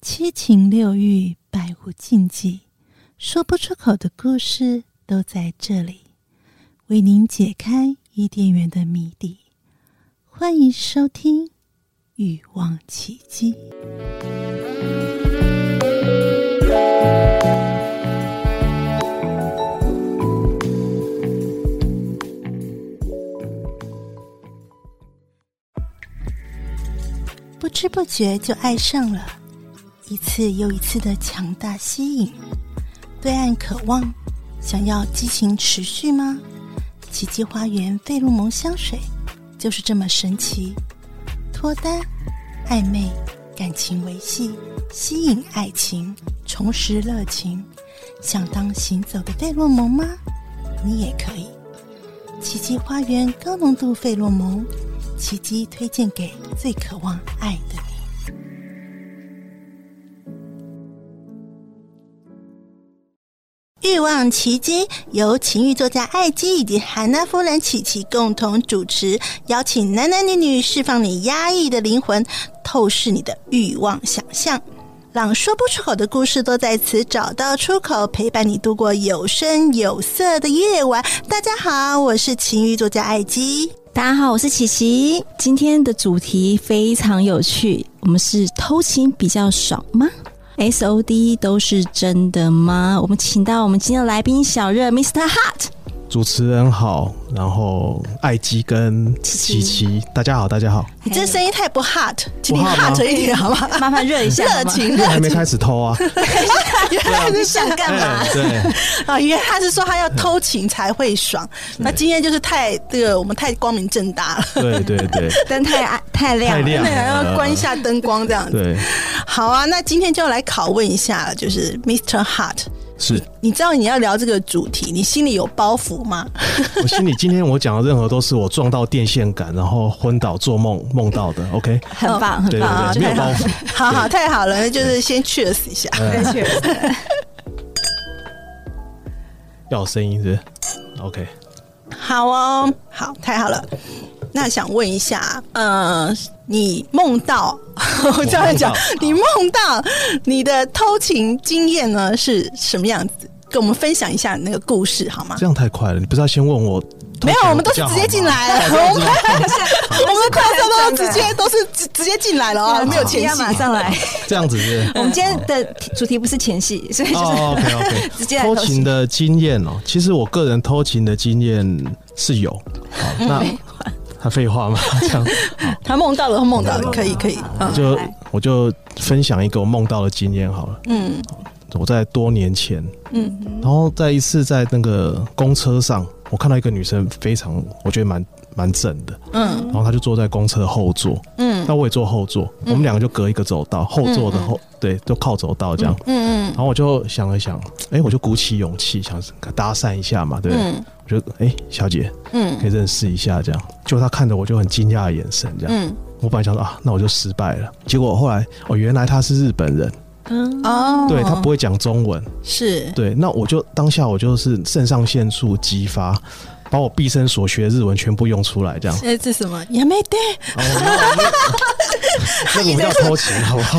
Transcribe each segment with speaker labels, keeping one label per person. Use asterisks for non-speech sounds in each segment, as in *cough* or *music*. Speaker 1: 七情六欲，百无禁忌，说不出口的故事都在这里，为您解开伊甸园的谜底。欢迎收听《欲望奇迹》。不知不觉就爱上了，一次又一次的强大吸引，对岸渴望，想要激情持续吗？奇迹花园费洛蒙香水就是这么神奇，脱单、暧昧、感情维系、吸引爱情、重拾热情，想当行走的费洛蒙吗？你也可以。奇迹花园高浓度费洛蒙，奇迹推荐给最渴望爱的你。欲望奇迹由情欲作家艾姬以及韩娜夫人琪琪共同主持，邀请男男女女释放你压抑的灵魂，透视你的欲望想象。让说不出口的故事都在此找到出口，陪伴你度过有声有色的夜晚。大家好，我是情欲作家艾姬。
Speaker 2: 大家好，我是琪琪。今天的主题非常有趣，我们是偷情比较爽吗？S O D 都是真的吗？我们请到我们今天的来宾小热 Mr. Hot。
Speaker 3: 主持人好，然后艾姬跟琪琪，大家好，大家好，
Speaker 1: 你这声音太不 hot，请你
Speaker 3: 不 hot
Speaker 1: hot
Speaker 3: 吗
Speaker 1: 一点好吗？
Speaker 3: *laughs*
Speaker 2: 麻烦热一下好
Speaker 1: *laughs* 热
Speaker 2: 吗，
Speaker 1: 情，
Speaker 3: 因为还
Speaker 1: 热
Speaker 3: 没
Speaker 1: 情
Speaker 3: 开始偷
Speaker 1: *laughs*
Speaker 3: 啊，
Speaker 1: 你想干嘛
Speaker 3: 哎？对，
Speaker 1: *laughs* 啊，因为他是说他要偷情才会爽，那今天就是太这个我们太光明正大了，
Speaker 3: 对对对，
Speaker 2: *laughs* 灯太暗太亮
Speaker 3: 太
Speaker 2: 了，
Speaker 1: 那
Speaker 3: 亮
Speaker 1: 还
Speaker 3: 了，
Speaker 1: 要关一下灯光这样子。
Speaker 3: 啊对，
Speaker 1: 好啊，那今天就来拷问一下了，就是 Mr. Hart，
Speaker 3: 是
Speaker 1: 你知道你要聊这个主题，你心里有包袱吗？
Speaker 3: 我心里今天我讲的任何都是我撞到电线杆，然后昏倒做梦梦到的，OK，
Speaker 2: 很棒，很
Speaker 3: 对
Speaker 2: 棒。
Speaker 3: 对对，没有包袱，
Speaker 1: 好好，太好了，那就是先 cheers 一下。
Speaker 3: 要有声音是不是，OK，
Speaker 1: 好哦，好，太好了。那想问一下，呃，你梦到， *laughs* 我这样讲
Speaker 3: 我梦，到
Speaker 1: 你梦到你的偷情经验呢是什么样子？跟我们分享一下你那个故事好吗
Speaker 3: 这？样太快了，你不是要先问我？
Speaker 1: 没有，我们都是
Speaker 3: 比较好
Speaker 1: 直
Speaker 3: 吗
Speaker 1: 接进，来了，我们 *laughs*
Speaker 2: *laughs*
Speaker 1: 我们快速都
Speaker 2: 真
Speaker 1: 直
Speaker 2: 的
Speaker 1: 接都是直直接进来了啊，没有前
Speaker 2: 要
Speaker 1: 戏。哦
Speaker 2: 马
Speaker 1: *laughs*
Speaker 2: 上来。
Speaker 3: 这样子是不是。
Speaker 2: 我们今天的主题不是前戏，所以就是、
Speaker 3: 哦，OK OK，
Speaker 2: 直接来偷
Speaker 3: 偷
Speaker 2: 情
Speaker 3: 情的经验哦、其实我个人偷情的经验是有，好，那他废话嘛，这样
Speaker 1: 他梦到了，他梦到了，
Speaker 3: 梦到了
Speaker 1: 可以可以，嗯
Speaker 3: 我就我就分享一个我梦到的经验好了。
Speaker 1: 嗯
Speaker 3: 我在多年前，
Speaker 1: 嗯，
Speaker 3: 然后在一次在那个公车上，我看到一个女生非常，我觉得蛮蛮正的，
Speaker 1: 嗯
Speaker 3: 然后她就坐在公车后座，
Speaker 1: 嗯
Speaker 3: 那我也坐后座，我们两个就隔一个走道，后座的后对，就靠走道这样。
Speaker 1: 嗯
Speaker 3: 然后我就想了想，哎，我就鼓起勇气想搭讪一下嘛，对不对？
Speaker 1: 嗯
Speaker 3: 我就哎，小姐
Speaker 1: 嗯
Speaker 3: 可以认识一下这样。结果她看着我就很惊讶的眼神这样。
Speaker 1: 嗯
Speaker 3: 我本来想说啊，那我就失败了。结果后来，哦，原来他是日本人，
Speaker 1: 嗯，哦，
Speaker 3: 对他不会讲中文，
Speaker 1: 是，
Speaker 3: 对，那我就当下我就是肾上腺素激发，把我毕生所学的日文全部用出来，这样。
Speaker 1: 现在哎是什么？也没对，
Speaker 3: 哦 *laughs* 那个不叫偷情，好
Speaker 1: *laughs*
Speaker 3: 不好？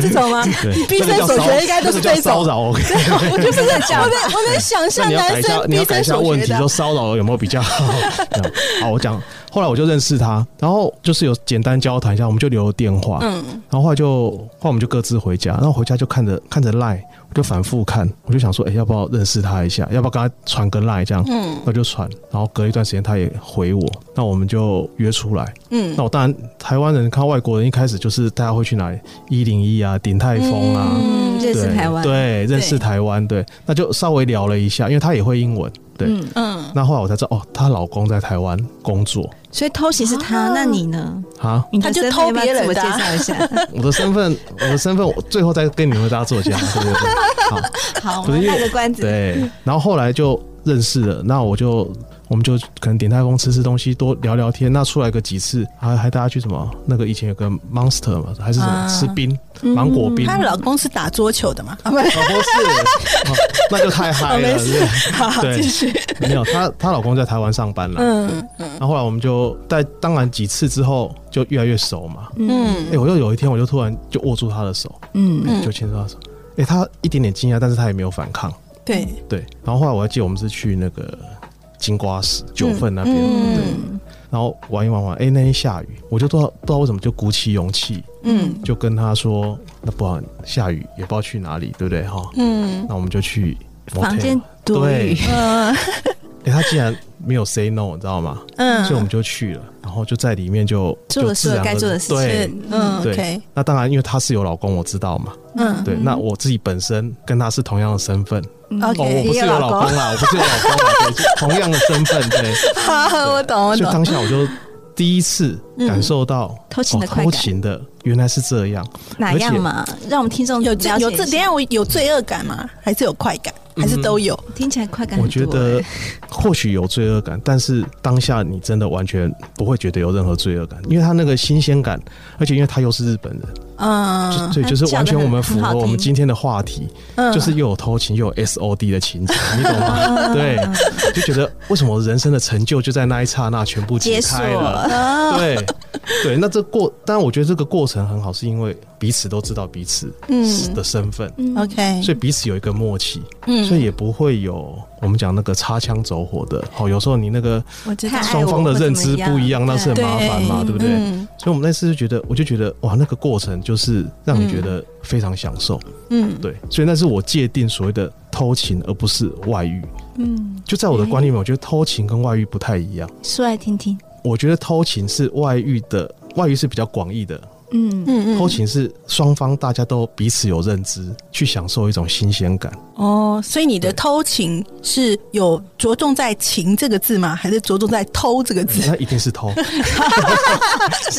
Speaker 1: 这种吗？
Speaker 3: 对，
Speaker 1: 毕生
Speaker 3: 那个叫
Speaker 1: 所
Speaker 3: 骚
Speaker 1: 学应该都是
Speaker 3: 那个
Speaker 1: 这
Speaker 3: 叫
Speaker 1: 种
Speaker 3: 骚扰。OK，
Speaker 1: *laughs* 我就是在讲，我在我在想
Speaker 3: 那
Speaker 1: 象
Speaker 3: 你要改
Speaker 1: 男
Speaker 3: 一下，
Speaker 1: 生
Speaker 3: 你
Speaker 1: 毕
Speaker 3: 要
Speaker 1: 生
Speaker 3: 改一下
Speaker 1: 所
Speaker 3: 问
Speaker 1: 学
Speaker 3: 题，
Speaker 1: 的
Speaker 3: 说，骚扰有没有比较
Speaker 1: *laughs*
Speaker 3: 好？这样好，我讲。后来我就认识他，然后就是有简单交谈一下，我们就留了电话。
Speaker 1: 嗯
Speaker 3: 然后后来就后来我们就各自回家，然后回家就看着看着赖，我就反复看，我就想说，哎、要不要认识他一下？要不要跟他传个赖这样？
Speaker 1: 嗯
Speaker 3: 那我就传，然后隔一段时间他也回我，那我们就约出来。
Speaker 1: 嗯
Speaker 3: 那我当然台湾人看外国人一开始就是大家会去哪里一零一啊、鼎泰丰啊，
Speaker 2: 嗯，认识
Speaker 3: 对
Speaker 2: 台湾，
Speaker 3: 对，认识台湾，对，那就稍微聊了一下，因为他也会英文，对。
Speaker 2: 嗯，
Speaker 1: 嗯，
Speaker 3: 那后来我才知道，哦，她老公在台湾工作
Speaker 2: 所以偷情是他，
Speaker 1: 啊
Speaker 2: 那你呢？ *laughs*
Speaker 3: 啊。
Speaker 2: 你的
Speaker 1: 他就
Speaker 2: 身份
Speaker 1: 偷
Speaker 2: 要不要
Speaker 1: 别人
Speaker 2: 自我
Speaker 1: 的
Speaker 2: 介
Speaker 1: 啊
Speaker 2: 绍一下。
Speaker 3: 我的身份，我的身份，我最后再跟你们大家
Speaker 2: *laughs*
Speaker 3: 做讲，对对对。好，
Speaker 2: 好，我
Speaker 3: 可是
Speaker 2: 们
Speaker 3: 因为
Speaker 2: *laughs* 卖个关子。
Speaker 3: 对，然后后来就认识了，那我就我我们就可能点太空吃吃东西，多聊聊天。那出来个几次，还还大家去什么？那个以前有个 Monster 嘛，还是什么、
Speaker 2: 啊
Speaker 3: 吃冰芒果冰？
Speaker 1: 她
Speaker 3: 老
Speaker 1: 的老公是打桌球的嘛？啊，不是，
Speaker 3: 公哦是、哦，那就太嗨
Speaker 1: 哦，
Speaker 3: 了
Speaker 1: 没，
Speaker 3: 哎对
Speaker 1: 事，好，好
Speaker 3: 对
Speaker 1: 继续。
Speaker 3: 没有，她她老公在台湾上班
Speaker 1: *laughs*
Speaker 3: 了。
Speaker 1: 嗯
Speaker 3: 然后后来我们就在当然几次之后就越来越熟嘛。哎、
Speaker 1: 嗯
Speaker 3: 我又有一天我就突然就握住她的手，
Speaker 2: 嗯
Speaker 3: 就牵住她的手。哎、她一点点惊讶，但是她也没有反抗。
Speaker 1: 对，
Speaker 3: 对，然后后来我还记得我们是去那个金瓜石九份那边，
Speaker 1: 嗯
Speaker 3: 然后玩一玩玩，哎、那天下雨，我就不知道不知道为什么就鼓起勇气，
Speaker 1: 嗯
Speaker 3: 就跟他说，那不然下雨也不知道去哪里，对不对哈？
Speaker 1: 嗯
Speaker 3: 那我们就去 motel
Speaker 2: 房间躲雨
Speaker 3: 对，
Speaker 1: 嗯
Speaker 3: 哎、他竟然没有 say no，你知道吗？所以我
Speaker 1: 嗯
Speaker 3: 们就去了，然后就在里面就
Speaker 2: 做了
Speaker 3: 就自然
Speaker 2: 所有该
Speaker 3: 而
Speaker 2: 做的事情
Speaker 3: 对，
Speaker 1: 嗯
Speaker 3: 对
Speaker 1: ，OK，
Speaker 3: 那当然，因为她是有老公，我知道嘛。
Speaker 1: 嗯，
Speaker 3: 对，那我自己本身跟她是同样的身份，
Speaker 1: OK
Speaker 3: 哦，我
Speaker 1: 也
Speaker 3: 不是
Speaker 1: 有
Speaker 3: 有
Speaker 1: 老
Speaker 3: 老
Speaker 1: 公
Speaker 3: 公啦，我不是有老公啦，对，是同样的身份，
Speaker 2: *laughs*
Speaker 3: 对。
Speaker 1: *laughs* 好，我懂，我
Speaker 3: 所以
Speaker 1: 懂，
Speaker 3: 当下我就第一次感受到、
Speaker 2: 偷嗯情的快感
Speaker 3: 哦偷情的原来是这样，
Speaker 2: 哪样嘛？让我们听众
Speaker 1: 有
Speaker 2: 了解一下
Speaker 1: 有这，等一下我有罪恶感吗？还是有快感？
Speaker 3: 嗯
Speaker 1: 还是都有？
Speaker 2: 听起来快感欸
Speaker 3: 我
Speaker 2: 很多哎
Speaker 3: 觉得或许有罪恶感，但是当下你真的完全不会觉得有任何罪恶感，因为他那个新鲜感，而且因为他又是日本人，
Speaker 1: 嗯
Speaker 3: 就所以就是完全我们符
Speaker 2: 他叫得很
Speaker 3: 合
Speaker 2: 很好
Speaker 3: 我们
Speaker 2: 听
Speaker 3: 今天的话题，
Speaker 1: 嗯，
Speaker 3: 就是又有偷情又有 S O D 的情节，你懂吗？对，就觉得为什么人生的成就就在那一刹那全部
Speaker 2: 解
Speaker 3: 解
Speaker 2: 锁
Speaker 3: 开了？
Speaker 1: 啊，
Speaker 3: 对对，那这过，但我觉得这个过程很好，是因为彼此都知道彼此
Speaker 1: 嗯
Speaker 3: 的身份，
Speaker 1: ，OK，
Speaker 3: 所以彼此有一个默契，
Speaker 1: 嗯
Speaker 3: 所以也不会有我们讲那个擦枪走火的。好，有时候你那个
Speaker 1: 我知道
Speaker 2: 太爱
Speaker 3: 双方的认知不一样，
Speaker 2: 我会怎么样
Speaker 3: 那是很麻烦嘛，对不对？
Speaker 1: 嗯
Speaker 3: 所以我们那次就觉得，我就觉得哇，那个过程就是让你觉得非常享受，
Speaker 1: 嗯，
Speaker 3: 对。所以那是我界定所谓的偷情，而不是外遇。
Speaker 2: 嗯，
Speaker 3: 就在我的观念里面，我觉得偷情跟外遇不太一样。
Speaker 2: 说来听听，
Speaker 3: 我觉得偷情是外遇的，外遇是比较广义的，
Speaker 2: 嗯
Speaker 1: 嗯嗯，
Speaker 3: 偷情是双方大家都彼此有认知，去享受一种新鲜感。
Speaker 1: 哦，所以你的偷情是有着重在“情”这个字吗？还是着重在“偷”这个字？
Speaker 3: 那一定是偷， *laughs*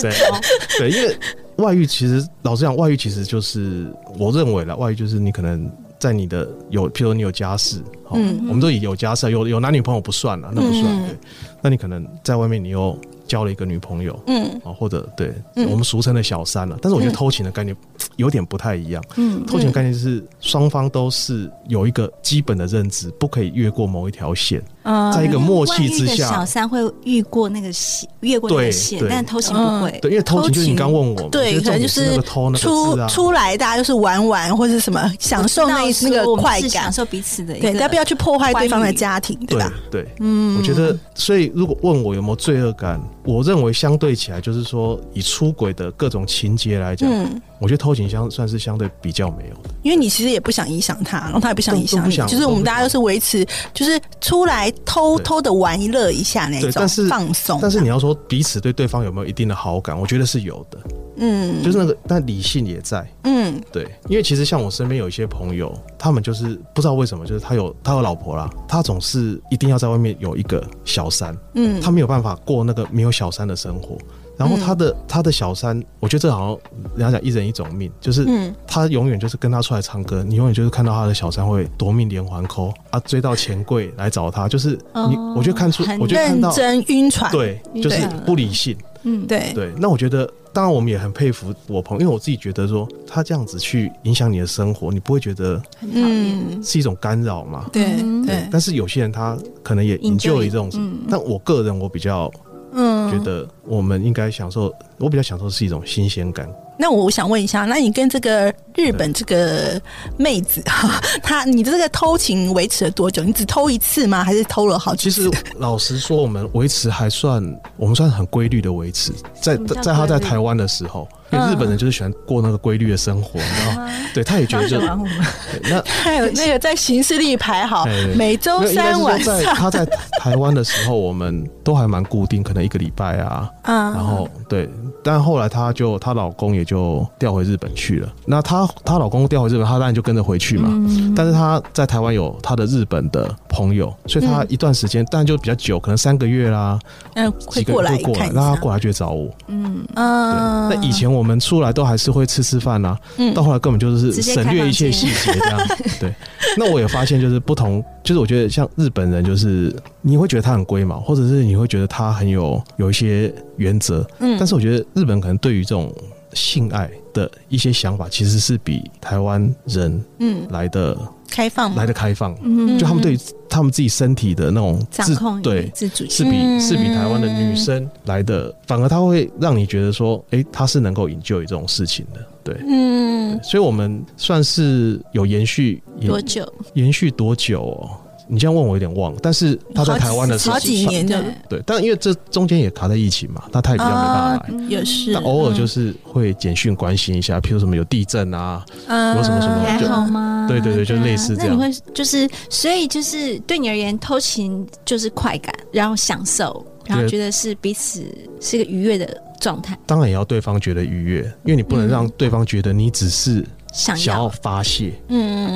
Speaker 3: 对对，因为外遇其实老实讲，外遇其实就是我认为了，外遇就是你可能在你的有，譬如你有家室，哦、
Speaker 1: 嗯
Speaker 3: 我们都以有家室，啊有有男女朋友不算了，那不算、
Speaker 1: 嗯
Speaker 3: 对。那你可能在外面你又交了一个女朋友。
Speaker 1: 嗯
Speaker 3: 哦，或者对、
Speaker 1: 嗯
Speaker 3: 我们俗称的小三了、但是我觉得
Speaker 1: 嗯
Speaker 3: 偷情的概念嘖有点不太一样。
Speaker 2: 嗯
Speaker 3: 偷情的概念就是双方都是有一个基本的认知，不可以越过某一条线。
Speaker 2: 嗯
Speaker 3: 在一个默契之下
Speaker 2: 小三会遇过那个线，越过那个
Speaker 3: 对
Speaker 2: 线，
Speaker 3: 对嗯
Speaker 2: 但偷情不会。
Speaker 3: 对，因为偷情就是你刚问我嘛，
Speaker 1: 对
Speaker 3: 我觉
Speaker 1: 可能就
Speaker 3: 得重点
Speaker 1: 是
Speaker 3: 是那个偷那个
Speaker 1: 出
Speaker 3: 字啊，
Speaker 1: 出来，大家就是玩玩或者什么，享受那一
Speaker 2: 知道
Speaker 1: 那
Speaker 2: 说
Speaker 1: 个
Speaker 2: 我们
Speaker 1: 快
Speaker 2: 是享
Speaker 1: 感，
Speaker 2: 受彼此的一个。
Speaker 1: 对，大家不要去破坏对方的家庭，对
Speaker 3: 对
Speaker 1: 吧？
Speaker 3: 对，嗯，我觉得，所以如果问我有没有罪恶感，我认为相对起来，就是说以出轨的各种情节来讲，
Speaker 1: 嗯，
Speaker 3: 我觉得偷情相算是相对比较没有的。
Speaker 1: 因为你其实也不想影响他，然后他也不想影
Speaker 3: 都
Speaker 1: 响
Speaker 3: 不
Speaker 1: 你，
Speaker 3: 想
Speaker 1: 就是我们
Speaker 3: 都不
Speaker 1: 大家
Speaker 3: 想
Speaker 1: 都是维持，就是出来偷
Speaker 3: 对
Speaker 1: 偷的玩乐一下那
Speaker 3: 对
Speaker 1: 种
Speaker 3: 但是
Speaker 1: 放松。啊
Speaker 3: 但是你要说彼此对对方有没有一定的好感，我觉得是有的，
Speaker 1: 嗯
Speaker 3: 就是那个，但理性也在。
Speaker 1: 嗯
Speaker 3: 对，因为其实像我身边有一些朋友，他们就是不知道为什么，就是他有他有老婆啦，他总是一定要在外面有一个小三，
Speaker 1: 嗯，
Speaker 3: 他没有办法过那个没有小三的生活。然后他的、他的小三，我觉得这好像人家讲一人一种命，就是
Speaker 1: 嗯
Speaker 3: 他永远就是跟他出来唱歌，你永远就是看到他的小三会夺命连环扣啊，追到钱柜来找他，就是你，
Speaker 2: 哦
Speaker 3: 我就看出
Speaker 2: 很，
Speaker 3: 我就看
Speaker 1: 认
Speaker 3: 到，
Speaker 1: 真晕船，
Speaker 3: 对，就是不理性。
Speaker 2: 嗯，
Speaker 1: 对
Speaker 3: 对，那我觉得，当然我们也很佩服我朋友，因为我自己觉得说，他这样子去影响你的生活，你不会觉得
Speaker 2: 很讨厌。
Speaker 1: 嗯，
Speaker 3: 是一种干扰嘛？
Speaker 1: 对
Speaker 2: 嗯
Speaker 1: 对，
Speaker 3: 但是有些人他可能也
Speaker 2: Enjoy，
Speaker 3: enjoy 这种，
Speaker 2: 嗯
Speaker 3: 但我个人我比较
Speaker 1: 嗯，
Speaker 3: 觉得我们应该享受，我比较享受是一种新鲜感。
Speaker 1: 那我想问一下，那你跟这个日本这个妹子，哈，她你的这个偷情维持了多久？你只偷一次吗？还是偷了好
Speaker 3: 其
Speaker 1: 几次？ *laughs*
Speaker 3: 实老实说，我们维持还算，我们算很规律的维持，在
Speaker 2: 什么叫
Speaker 3: 在他在
Speaker 2: 规律
Speaker 3: 台湾的时候，因为日本人就是喜欢过那个规律的生活，你知道吗？对，他也觉得就
Speaker 1: *laughs*
Speaker 2: 完我们
Speaker 3: 对那
Speaker 1: 还有那个在行事历排
Speaker 3: *laughs*
Speaker 1: 好
Speaker 3: 哎，
Speaker 1: 每周
Speaker 3: 没有应该是
Speaker 1: 三
Speaker 3: 说
Speaker 1: 晚
Speaker 3: 在
Speaker 1: 上，
Speaker 3: 他在台湾的时候，我们都还蛮固定，可能一个礼拜啊。
Speaker 1: *laughs* 啊
Speaker 3: 然后对，但后来她就她老公也就调回日本去了。那她她她老公调回日本，她当然就跟着回去嘛。
Speaker 1: 嗯
Speaker 3: 但是她在台湾有她的日本的朋友，所以她一段时间，当然就比较久，可能三个月啦，
Speaker 1: 嗯，会
Speaker 3: 呃几个
Speaker 1: 过
Speaker 3: 月
Speaker 1: 来
Speaker 3: 会过来，
Speaker 1: 看一
Speaker 3: 那她
Speaker 1: 下，
Speaker 3: 过来就会找我。
Speaker 2: 嗯，
Speaker 1: 嗯，
Speaker 3: 那以前我们出来都还是会吃吃饭啊呐，
Speaker 1: 嗯
Speaker 3: 到后来根本就是
Speaker 2: 直接
Speaker 3: 省
Speaker 2: 开
Speaker 3: 略
Speaker 2: 房
Speaker 3: 一切
Speaker 2: 间
Speaker 3: 细节这样。对，那我也发现就是不同，就是我觉得像日本人，就是你会觉得他很龟毛，或者是你会觉得他很有有一些原则，
Speaker 1: 嗯
Speaker 3: 但是我觉得日本可能对于这种性爱的一些想法，其实是比台湾人
Speaker 1: 嗯，
Speaker 3: 来的
Speaker 1: 开放嘛
Speaker 3: 来的开放，
Speaker 2: 嗯
Speaker 3: 就他们对于他们自己身体的那种
Speaker 2: 掌
Speaker 3: 自
Speaker 2: 控
Speaker 3: 对
Speaker 2: 自主性，
Speaker 3: 是比
Speaker 1: 嗯
Speaker 3: 是比台湾的女生来的，反而她会让你觉得说，诶，她是能够 enjoy 这种事情的，对。
Speaker 1: 嗯，
Speaker 3: 所以我们算是有延续延
Speaker 2: 多久？
Speaker 3: 延续多久哦？你这样问我有点忘了，但是她在台湾的时候
Speaker 1: 好几年啊的
Speaker 2: 对
Speaker 3: 对，但因为这中间也卡在疫情嘛，那她也比较没办法来。
Speaker 2: 嗯
Speaker 1: 也是
Speaker 3: 那偶尔就是是会简讯关心一下，譬如什么有地震啊，
Speaker 1: 嗯
Speaker 3: 有什么什么
Speaker 2: 你还
Speaker 3: 就
Speaker 2: 好吗？
Speaker 3: 对对对就
Speaker 2: 啊
Speaker 3: 类似这
Speaker 2: 那
Speaker 3: 样
Speaker 2: 你会就是，所以就是对你而言，偷情就是快感，然后享受，然后
Speaker 3: 对
Speaker 2: 觉得是彼此是个愉悦的状态，
Speaker 3: 当然也要对方觉得愉悦，因为你不能让对方觉得你只是
Speaker 2: 想
Speaker 3: 想要
Speaker 2: 要
Speaker 3: 发泄。
Speaker 1: 嗯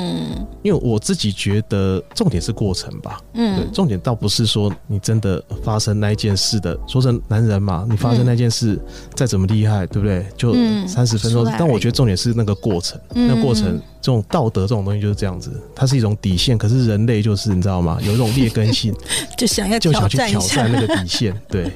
Speaker 3: 因为我自己觉得重点是过程吧，对，
Speaker 1: 嗯
Speaker 3: 重点倒不是说你真的发生那一件事的，说成男人嘛，你发生那件事再怎么厉害，对不对？就
Speaker 1: 嗯
Speaker 3: 三十分钟
Speaker 2: 出来，而已
Speaker 3: 但我觉得重点是那个过程，
Speaker 1: 嗯
Speaker 3: 那过程这种道德这种东西就是这样子，它是一种底线，可是人类就是你知道吗？有一种劣根
Speaker 1: *laughs*
Speaker 3: 性，
Speaker 1: 就想要
Speaker 3: 就想去
Speaker 1: 战一
Speaker 3: 挑
Speaker 1: 下 *laughs*
Speaker 3: 战。那个底线，对，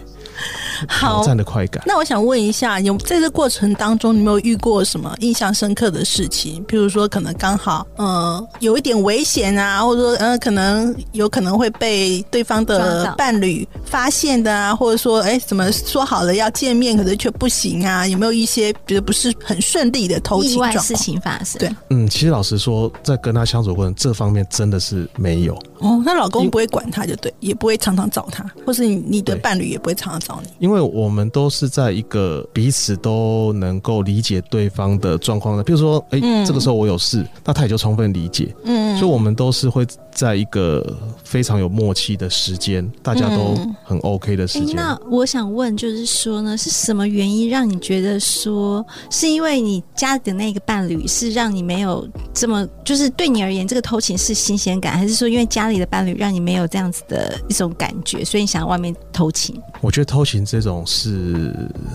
Speaker 3: 挑
Speaker 1: 好，
Speaker 3: 战的快感。
Speaker 1: 那我想问一下，有在这过程当中，你有没有遇过什么印象深刻的事情？比如说，可能刚好呃有一点危险啊，或者说呃可能有可能会被对方
Speaker 2: 撞
Speaker 1: 的
Speaker 2: 到
Speaker 1: 伴侣发现的啊，或者说哎怎么说好了要见面，可是却不行啊？有没有一些觉得不是很顺利的偷情
Speaker 2: 意外
Speaker 1: 状
Speaker 2: 事
Speaker 1: 况？
Speaker 2: 情发生。
Speaker 1: 对
Speaker 3: 嗯，其实老实说，在跟他相处的过程这方面真的是没有，
Speaker 1: 哦，那老公不会管他就对，也不会常常找他，或是你你的
Speaker 3: 对
Speaker 1: 伴侣也不会常常找你。
Speaker 3: 因为我们都是在一个彼此都能够理解对方的状况的，比如说，哎、
Speaker 1: 嗯
Speaker 3: 这个时候我有事，那他也就充分理解，
Speaker 1: 嗯
Speaker 3: 所以我们都是会在一个非常有默契的时间，大家都
Speaker 1: 嗯
Speaker 3: 很 OK 的
Speaker 2: 诶
Speaker 3: 时间。
Speaker 2: 那我想问，就是说呢，是什么原因让你觉得说，是因为你家的那个伴侣是让你没有这么，就是对你而言，这个偷情是新鲜感，还是说因为家里的伴侣让你没有这样子的一种感觉，所以你想要外面偷情？
Speaker 3: 我觉得偷情这种事，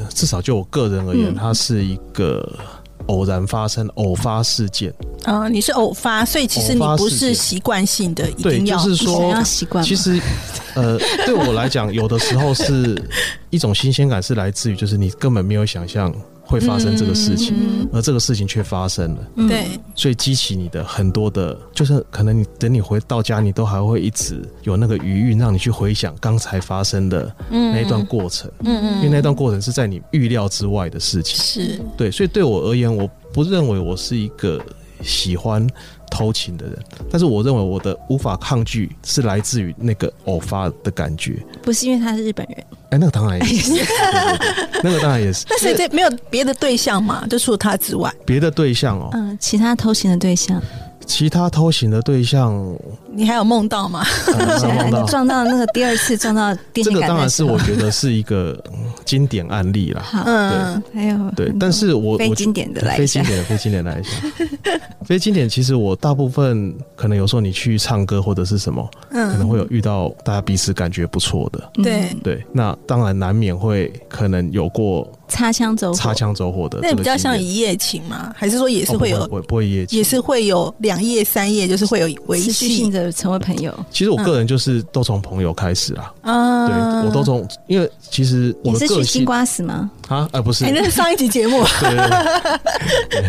Speaker 3: 至少就我个人而言，
Speaker 2: 嗯
Speaker 3: 它是一个偶然发生、偶发事件。
Speaker 1: 呃，你是偶发，所以其实你
Speaker 3: 偶发
Speaker 1: 不
Speaker 3: 事
Speaker 1: 是
Speaker 3: 件
Speaker 1: 习惯性的，一
Speaker 3: 对
Speaker 1: 定要
Speaker 3: 就是说
Speaker 2: 你想要习惯吗？
Speaker 3: 其实，呃，对我来讲，有的时候是一种新鲜感，是来自于就是你根本没有想象会发生这个事情，
Speaker 2: 嗯
Speaker 3: 而这个事情却发生了。
Speaker 2: 嗯
Speaker 1: 对，
Speaker 3: 所以激起你的很多的，就是可能你等你回到家，你都还会一直有那个余韵，让你去回想刚才发生的那一段过程，
Speaker 1: 嗯
Speaker 3: 因为那段过程是在你预料之外的事情。
Speaker 1: 是
Speaker 3: 对，所以对我而言，我不认为我是一个喜欢偷情的人，但是我认为我的无法抗拒是来自于那个偶发的感觉。
Speaker 2: 不是因为他是日本人，
Speaker 3: 哎、那个当然也
Speaker 1: *laughs*
Speaker 3: 是，对对对那个当然也是。
Speaker 1: 那所以这没有别的对象嘛？就除了他之外，
Speaker 3: 别的对象哦，
Speaker 2: 嗯，其他偷情的对象，
Speaker 3: 啊其他偷情的
Speaker 1: *laughs*
Speaker 3: 对象，
Speaker 1: 你还有梦到吗？
Speaker 3: 呃没
Speaker 2: *laughs*
Speaker 3: 有梦到
Speaker 2: 你撞到那个第二次撞到电
Speaker 3: *laughs* 这
Speaker 2: 线
Speaker 3: 个
Speaker 2: 杆
Speaker 3: 当
Speaker 2: 的
Speaker 3: 然
Speaker 2: 时
Speaker 3: 是
Speaker 2: 候，
Speaker 3: 我觉得是一个嗯经典案例啦。
Speaker 2: 好，
Speaker 1: *laughs* 嗯，
Speaker 2: 还有
Speaker 3: 对，但是我我
Speaker 2: 非
Speaker 3: 觉
Speaker 2: 经典的来一
Speaker 3: 非
Speaker 2: 下
Speaker 3: 经，典的非经典来一下，非经典其实我大部分可能有时候你去唱歌或者是什么，
Speaker 1: 嗯
Speaker 3: 可能会有遇到大家彼此感觉不错的。
Speaker 2: 嗯
Speaker 1: 对
Speaker 3: 对，那当然难免会可能有过
Speaker 2: 擦枪走火
Speaker 3: 擦，枪走火的
Speaker 1: 那
Speaker 3: 这个经验，
Speaker 1: 比较像一夜情吗？还是说也是
Speaker 3: 哦
Speaker 1: 会有，
Speaker 3: 不会不会夜
Speaker 1: 也
Speaker 3: 情。
Speaker 1: 是会有两夜三夜，就是会有维
Speaker 2: 持续性
Speaker 1: 系
Speaker 2: 的成为朋友。
Speaker 3: 其实我个人就是都从朋友开始啦，
Speaker 1: 啊
Speaker 3: 对我都从，因为其实我
Speaker 2: 你
Speaker 3: 的
Speaker 2: 是
Speaker 3: 个
Speaker 2: 去
Speaker 3: 性
Speaker 2: 金瓜石吗？
Speaker 3: 啊，呃，不是
Speaker 1: 哎，，那是上一集节目
Speaker 3: 对对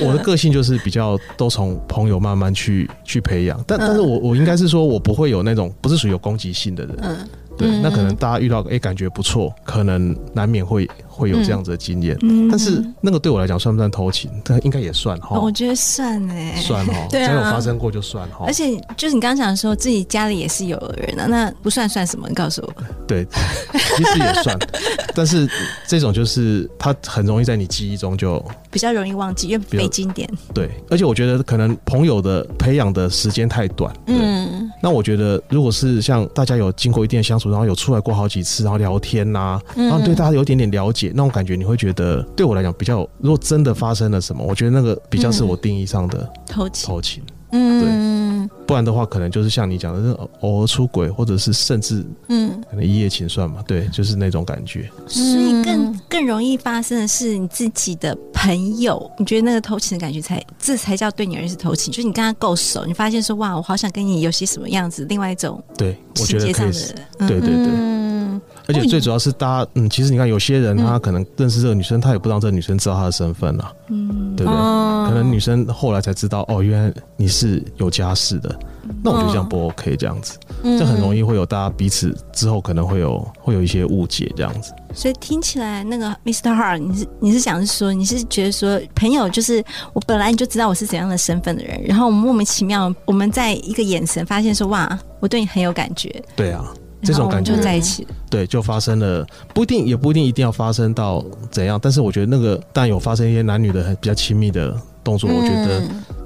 Speaker 3: 对我的个性就是比较都从朋友慢慢去去培养，
Speaker 1: 嗯
Speaker 3: 但但是我我应该是说我不会有那种不是属于有攻击性的人，
Speaker 1: 嗯
Speaker 3: 对，
Speaker 1: 嗯
Speaker 3: 那可能大家遇到哎、诶感觉不错，可能难免会会有这样子的经验，
Speaker 2: 嗯
Speaker 3: 但是那个对我来讲算不算偷情？但应该也算哈
Speaker 2: 哦，我觉得算哎、
Speaker 3: 算哈，只
Speaker 1: *laughs* 对啊
Speaker 3: 要有发生过就算哈
Speaker 2: 而，且就是你刚刚讲说自己家里也是有人啊，那不算算什么？你告诉我，
Speaker 3: 对，其实也算， *laughs* 但是这种就是它很容易在你记忆中就
Speaker 2: 比较容易忘记，因为
Speaker 3: 如
Speaker 2: 非经典。
Speaker 3: 对，而且我觉得可能朋友的培养的时间太短，对
Speaker 1: 嗯
Speaker 3: 那我觉得，如果是像大家有经过一定的相处处，然后有出来过好几次，然后聊天呐、然后对大家有一点点了解，那种感觉你会觉得对我来讲比较有，如果真的发生了什么，我觉得那个比较是我定义上的
Speaker 2: 偷情，
Speaker 3: 偷情，
Speaker 1: 嗯
Speaker 3: 不然的话可能就是像你讲的，就是偶尔出轨，或者是甚至
Speaker 1: 嗯，
Speaker 3: 可能一夜情算嘛，对，就是那种感觉。
Speaker 2: 所以更更容易发生的是你自己的朋友，你觉得那个偷情的感觉才，这才叫对你而言是偷情，就是你跟他够熟，你发现说哇，我好想跟你有些什么样子，另外一种
Speaker 3: 对，我
Speaker 2: 情
Speaker 3: 觉得
Speaker 2: 节
Speaker 3: 可
Speaker 2: 上的
Speaker 3: 以是，，对对对。
Speaker 1: 嗯
Speaker 3: 而且最主要是大家，嗯，其实你看有些人他可能认识这个女生，他也不让这个女生知道她的身份啊，
Speaker 2: 嗯，
Speaker 3: 对不对？
Speaker 1: 哦
Speaker 3: 可能女生后来才知道，哦，原来你是有家室的，
Speaker 1: 嗯
Speaker 3: 那我觉得这样不 OK，这样子，这很容易会有大家彼此之后可能会有会有一些误解，这样子。
Speaker 2: 所以听起来那个 Mr. Hart，你是你是想是说，你是觉得说朋友就是我本来你就知道我是怎样的身份的人，然后我们莫名其妙我们在一个眼神发现说哇，我对你很有感觉，
Speaker 3: 对啊，
Speaker 2: 然后
Speaker 3: 这种
Speaker 2: 我们
Speaker 3: 感觉
Speaker 2: 就，在一起了。
Speaker 3: 对，就发生了，不一定也不一定一定要发生到怎样，但是我觉得那个当然有发生一些男女的很比较亲密的动作，我觉得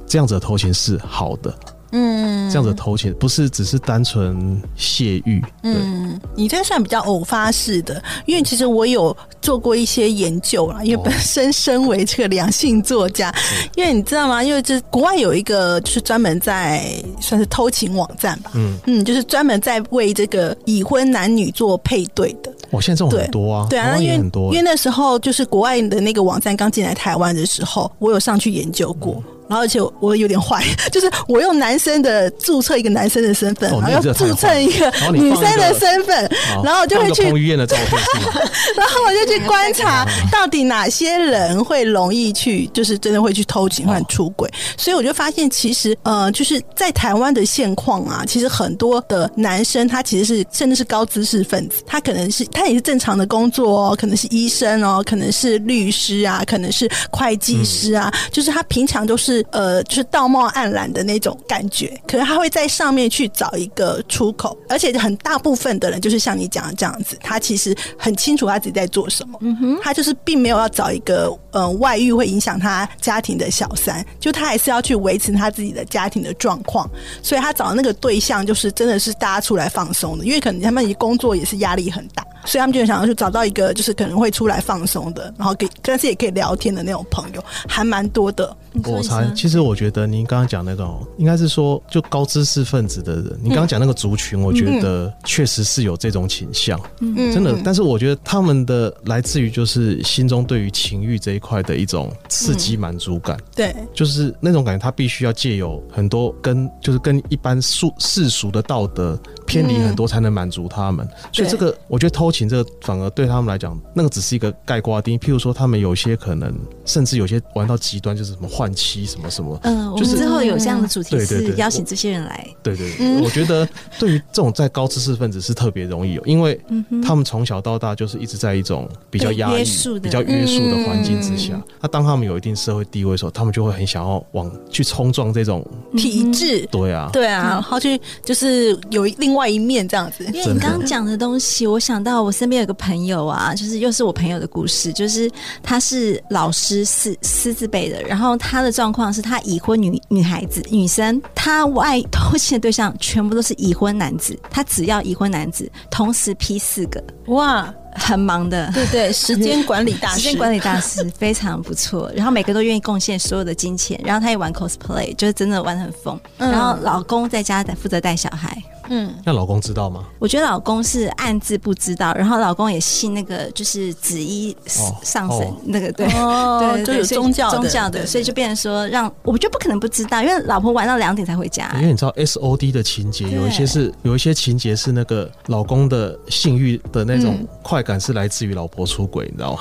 Speaker 3: 这样子的偷情是好的，
Speaker 1: 嗯
Speaker 3: 这样子的偷情不是只是单纯泄欲，对。
Speaker 1: 嗯，你这算比较偶发式的，因为其实我有做过一些研究啦，因为本身身为这个两性作家，因为你知道吗？因为这国外有一个就是专门在算是偷情网站吧，嗯嗯，就是专门在为这个已婚男女做配对的，
Speaker 3: 哇，现在这种
Speaker 1: 对
Speaker 3: 很多啊，
Speaker 1: 对
Speaker 3: 台
Speaker 1: 啊，
Speaker 3: 湾
Speaker 1: 因
Speaker 3: 也
Speaker 1: 为
Speaker 3: 很多
Speaker 1: 因为那时候就是国外的那个网站刚进来台湾的时候，我有上去研究过。
Speaker 3: 嗯
Speaker 1: 然后，而且我有点坏， *laughs* 就是我用男生的注册一个男生的身份，
Speaker 3: 哦
Speaker 1: 然
Speaker 3: 你也
Speaker 1: 后又
Speaker 3: 真的太
Speaker 1: 注册一个
Speaker 3: 坏了然后你
Speaker 1: 女
Speaker 3: 放一
Speaker 1: 生
Speaker 3: 个哦
Speaker 1: 的身份，然后我就会去
Speaker 3: 彭于晏的照片是吗？
Speaker 1: *laughs* 然后我就去观察到底哪些人会容易去，就是真的会去偷情或者出轨。所以我就发现，其实呃，就是在台湾的现况啊，其实很多的男生他其实是甚至是高知识分子，他可能是他也是正常的工作哦，可能是医生哦，可能是律师啊，可能是会计师啊，就是他平常都是呃，就是道貌岸然的那种感觉，可能他会在上面去找一个出口，而且很大部分的人就是像你讲的这样子，他其实很清楚他自己在做什么，嗯哼，他就是并没有要找一个呃外遇会影响他家庭的小三，就他还是要去维持他自己的家庭的状况，所以他找的那个对象就是真的是大家出来放松的，因为可能他们工作也是压力很大，所以他们就想要去找到一个就是可能会出来放松的，然后给但是也可以聊天的那种朋友，还蛮多的。
Speaker 2: 你说
Speaker 3: 我
Speaker 2: 你
Speaker 3: 猜，
Speaker 2: 说
Speaker 3: 其实我觉得您刚刚讲那个哦，应该是说就高知识分子的人，你刚刚讲那个族群，我
Speaker 2: 嗯
Speaker 3: 觉得确实是有这种倾向，
Speaker 1: 嗯
Speaker 3: 真的
Speaker 1: 嗯。
Speaker 3: 但是我觉得他们的来自于就是心中对于情欲这一块的一种
Speaker 2: 嗯
Speaker 3: 刺激满足感，
Speaker 1: 对，
Speaker 3: 就是那种感觉，他必须要借有很多跟就是跟一般俗世俗的道德偏离很多，才能满足他们。所以这个，我觉得偷情这个反而对他们来讲，那个只是一个盖瓜丁。譬如说，他们有些可能甚至有些玩到极端，就是什么换妻什么什么。
Speaker 2: 嗯、我
Speaker 3: 就
Speaker 2: 们
Speaker 3: 是
Speaker 2: 之后有这样的主题
Speaker 3: 对对
Speaker 2: 是
Speaker 3: 对
Speaker 2: 邀请这些人来，
Speaker 3: 对对嗯对，我觉得对于这种在高知识分子是特别容易有，因为他们从小到大就是一直在一种比较压
Speaker 2: 被
Speaker 3: 抑
Speaker 2: 约束、的
Speaker 3: 比较约束的环境之下
Speaker 1: 嗯。
Speaker 3: 那当他们有一定社会地位的时候，他们就会很想要往去冲撞这种。
Speaker 1: 体制，
Speaker 3: 对啊，
Speaker 1: 对啊，然后去就是有另外一面这样子。
Speaker 2: *laughs* 因为你刚刚讲的东西，我想到我身边有个朋友啊，就是又是我朋友的故事，就是他是老师师师字辈的，然后他的状况是他已婚女女孩子女生，他外偷情的对象全部都是已婚男子，他只要已婚男子，同时批四个，
Speaker 1: 哇，
Speaker 2: 很
Speaker 1: *laughs*
Speaker 2: 忙的。
Speaker 1: 对对，时间管理大
Speaker 2: 时
Speaker 1: 师，
Speaker 2: 间管理大师非常不错，然后每个都愿意贡献所有的金钱，然后他也玩 cosplay，就是真的玩得很疯。
Speaker 1: 嗯
Speaker 2: 然后老公在家负责带小孩，
Speaker 1: 嗯
Speaker 3: 那老公知道吗？
Speaker 2: 我觉得老公是暗自不知道，然后老公也信那个就是紫衣
Speaker 3: 哦
Speaker 2: 上神、
Speaker 3: 哦
Speaker 2: 那个对。
Speaker 1: 哦
Speaker 2: 对，
Speaker 1: 就
Speaker 2: 对
Speaker 1: 有
Speaker 2: 所以
Speaker 1: 宗教的
Speaker 2: 宗教的，
Speaker 1: 对
Speaker 2: 所以就变成说让我就不可能不知道，因为老婆玩到两点才回家、
Speaker 1: 哎
Speaker 3: 因为你知道 S O D 的情节
Speaker 2: 对
Speaker 3: 有一些是有一些情节是那个老公的性欲的那种
Speaker 1: 嗯
Speaker 3: 快感是来自于老婆出轨，你知道吗？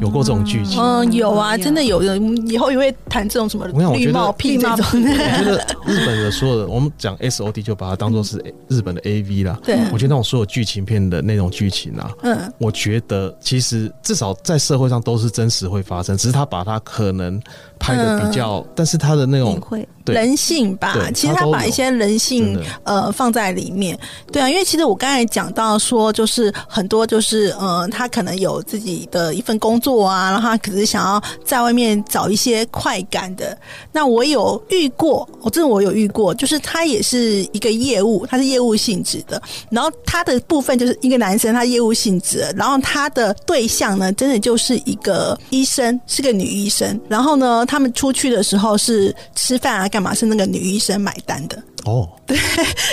Speaker 3: 有过这种剧情。
Speaker 1: 嗯，有啊，
Speaker 2: 有
Speaker 1: 真的有的，以后也会谈这种什么
Speaker 3: 我跟你讲我觉
Speaker 1: *laughs* 绿
Speaker 3: 得
Speaker 1: 帽癖这种
Speaker 3: 我
Speaker 1: 的，
Speaker 3: 觉得日本的所有的，我们讲 S O D 就把它当做是日本的 A V 啦。
Speaker 1: *laughs* 嗯对
Speaker 3: 我觉得那种所有剧情片的那种剧情啊，
Speaker 1: 嗯
Speaker 3: 我觉得其实至少在社会上都是真实会发生，只是他把它可能拍的比较，但是他的那
Speaker 2: 隐
Speaker 3: 种
Speaker 2: 晦，
Speaker 3: 对
Speaker 1: 嗯人性吧
Speaker 3: 对，
Speaker 1: 其实
Speaker 3: 它
Speaker 1: 他
Speaker 3: 都
Speaker 1: 把
Speaker 3: 有
Speaker 1: 一些人性
Speaker 3: 真的
Speaker 1: 呃放在里面。对啊，因为其实我刚才讲到说，就是很多就是呃，他可能有自己的一份工作啊，然后他可是想要在外面找一些快感的。那我有遇过，我、真的我有遇过，就是他也是一个业务，他是业务性质的，然后他的部分就是一个男生，他业务性质的，然后他的对象呢，真的就是一个医生，是个女医生。然后呢，他们出去的时候是吃饭啊，干嘛是那个女医生买单的。
Speaker 3: 哦，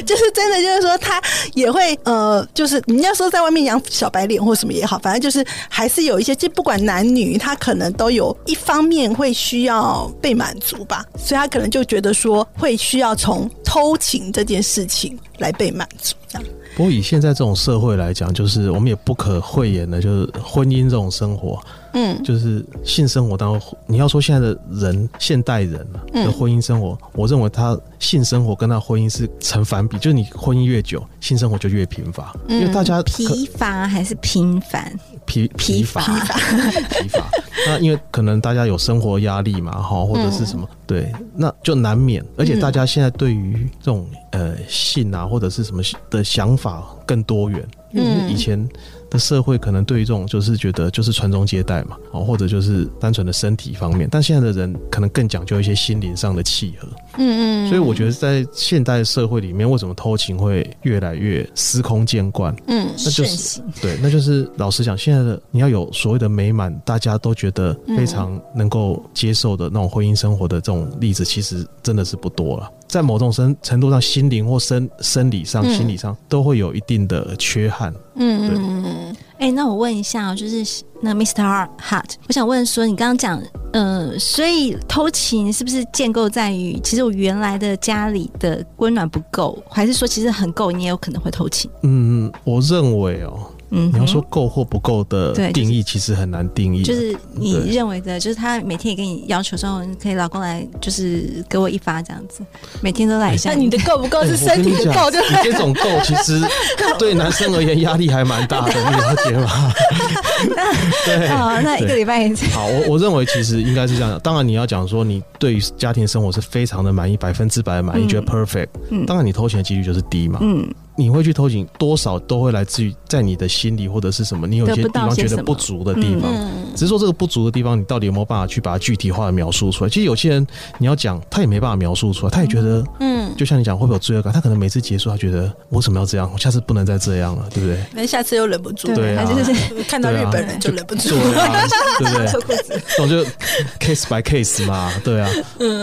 Speaker 1: 就是真的，就是说他也会呃，就是你要说在外面养小白脸或什么也好，反正就是还是有一些，就不管男女，他可能都有一方面会需要被满足吧，所以他可能就觉得说会需要从偷情这件事情来被满足，这样
Speaker 3: 不过以现在这种社会来讲，就是我们也不可讳言的，就是婚姻这种生活，
Speaker 1: 嗯，
Speaker 3: 就是性生活当中，你要说现在的人，现代人啊
Speaker 1: 嗯
Speaker 3: 的婚姻生活，我认为他性生活跟他婚姻是成反比，就是你婚姻越久，性生活就越贫乏，
Speaker 1: 嗯
Speaker 3: 因为大家可
Speaker 2: 疲乏还是频繁？
Speaker 3: 疲
Speaker 2: 疲
Speaker 3: 疲
Speaker 2: 乏
Speaker 3: 乏 *laughs* 疲乏，那因为可能大家有生活压力嘛，哈，或者是什么，
Speaker 1: 嗯
Speaker 3: 对，那就难免。而且大家现在对于这种呃性啊或者是什么的想法更多元，
Speaker 1: 嗯
Speaker 3: 因为以前的社会可能对于这种就是觉得就是传宗接代嘛，哦，或者就是单纯的身体方面，但现在的人可能更讲究一些心灵上的契合。
Speaker 1: 嗯
Speaker 3: 所以我觉得在现代社会里面，为什么偷情会越来越司空见惯？
Speaker 1: 嗯
Speaker 3: 那就
Speaker 2: 盛
Speaker 3: 是
Speaker 2: 行
Speaker 3: 对，那就是老实讲，现在的你要有所谓的美满，大家都觉得
Speaker 1: 嗯
Speaker 3: 非常能够接受的那种婚姻生活的这种例子，其实真的是不多了。在某种程程度上，心灵或生生理上、
Speaker 1: 嗯
Speaker 3: 心理上都会有一定的缺憾。
Speaker 1: 嗯
Speaker 3: 对
Speaker 1: 嗯
Speaker 2: 哎、那我问一下哦，就是那 Mr. Hart，我想问说，你刚刚讲，呃，所以偷情是不是建构在于，其实我原来的家里的温暖不够，还是说其实很够，你也有可能会偷情？
Speaker 3: 嗯，我认为哦、
Speaker 2: 嗯哼，
Speaker 3: 你要说够或不够
Speaker 1: 嗯
Speaker 3: 的
Speaker 2: 对就是
Speaker 3: 定义，其实很难定义啊。
Speaker 2: 就是你
Speaker 3: 对
Speaker 2: 认为的，就是他每天也跟你要求说，你可以老公来，就是给我一发这样子，每天都来一下。
Speaker 1: 那
Speaker 2: *laughs*
Speaker 1: 你的够不够
Speaker 3: 哎
Speaker 1: 是身体的够，
Speaker 3: 我
Speaker 1: 对
Speaker 3: 跟
Speaker 1: 不
Speaker 3: 你讲你这种够其实对男生而言压力还蛮大的，你了解吗？ *laughs* 对，
Speaker 1: 啊
Speaker 2: 哦，那一个礼拜一次，
Speaker 3: 好，我我认为其实应该是这样的。当然，你要讲说你对于家庭生活是非常的满意，百分之百的满意，
Speaker 2: 嗯
Speaker 3: 觉得 perfect。
Speaker 2: 嗯
Speaker 3: 当然，你偷情的几率就是低嘛。
Speaker 2: 嗯，
Speaker 3: 你会去偷情，多少都会来自于在你的心里或者是什么，你有一些
Speaker 2: 得不
Speaker 3: 地
Speaker 2: 到
Speaker 3: 方
Speaker 2: 些
Speaker 3: 觉
Speaker 2: 什么
Speaker 3: 得不足的地方。
Speaker 1: 嗯
Speaker 3: 只是说这个不足的地方，你到底有没有办法去把它具体化的描述出来？其实有些人你要讲，他也没办法描述出来，他也觉得，
Speaker 1: 嗯，
Speaker 3: 就像你讲会不会有罪恶感？他可能每次结束，他觉得我为什么要这样？我下次不能再这样了，对不对？
Speaker 1: 那下次又忍不住，
Speaker 3: 对啊
Speaker 2: 还是就是
Speaker 1: 看到
Speaker 3: 对
Speaker 1: 日
Speaker 3: 啊
Speaker 1: 本人就忍不住
Speaker 3: 对，啊，对不对？
Speaker 2: 脱裤子。
Speaker 3: 这种就 case by case 嘛，对啊，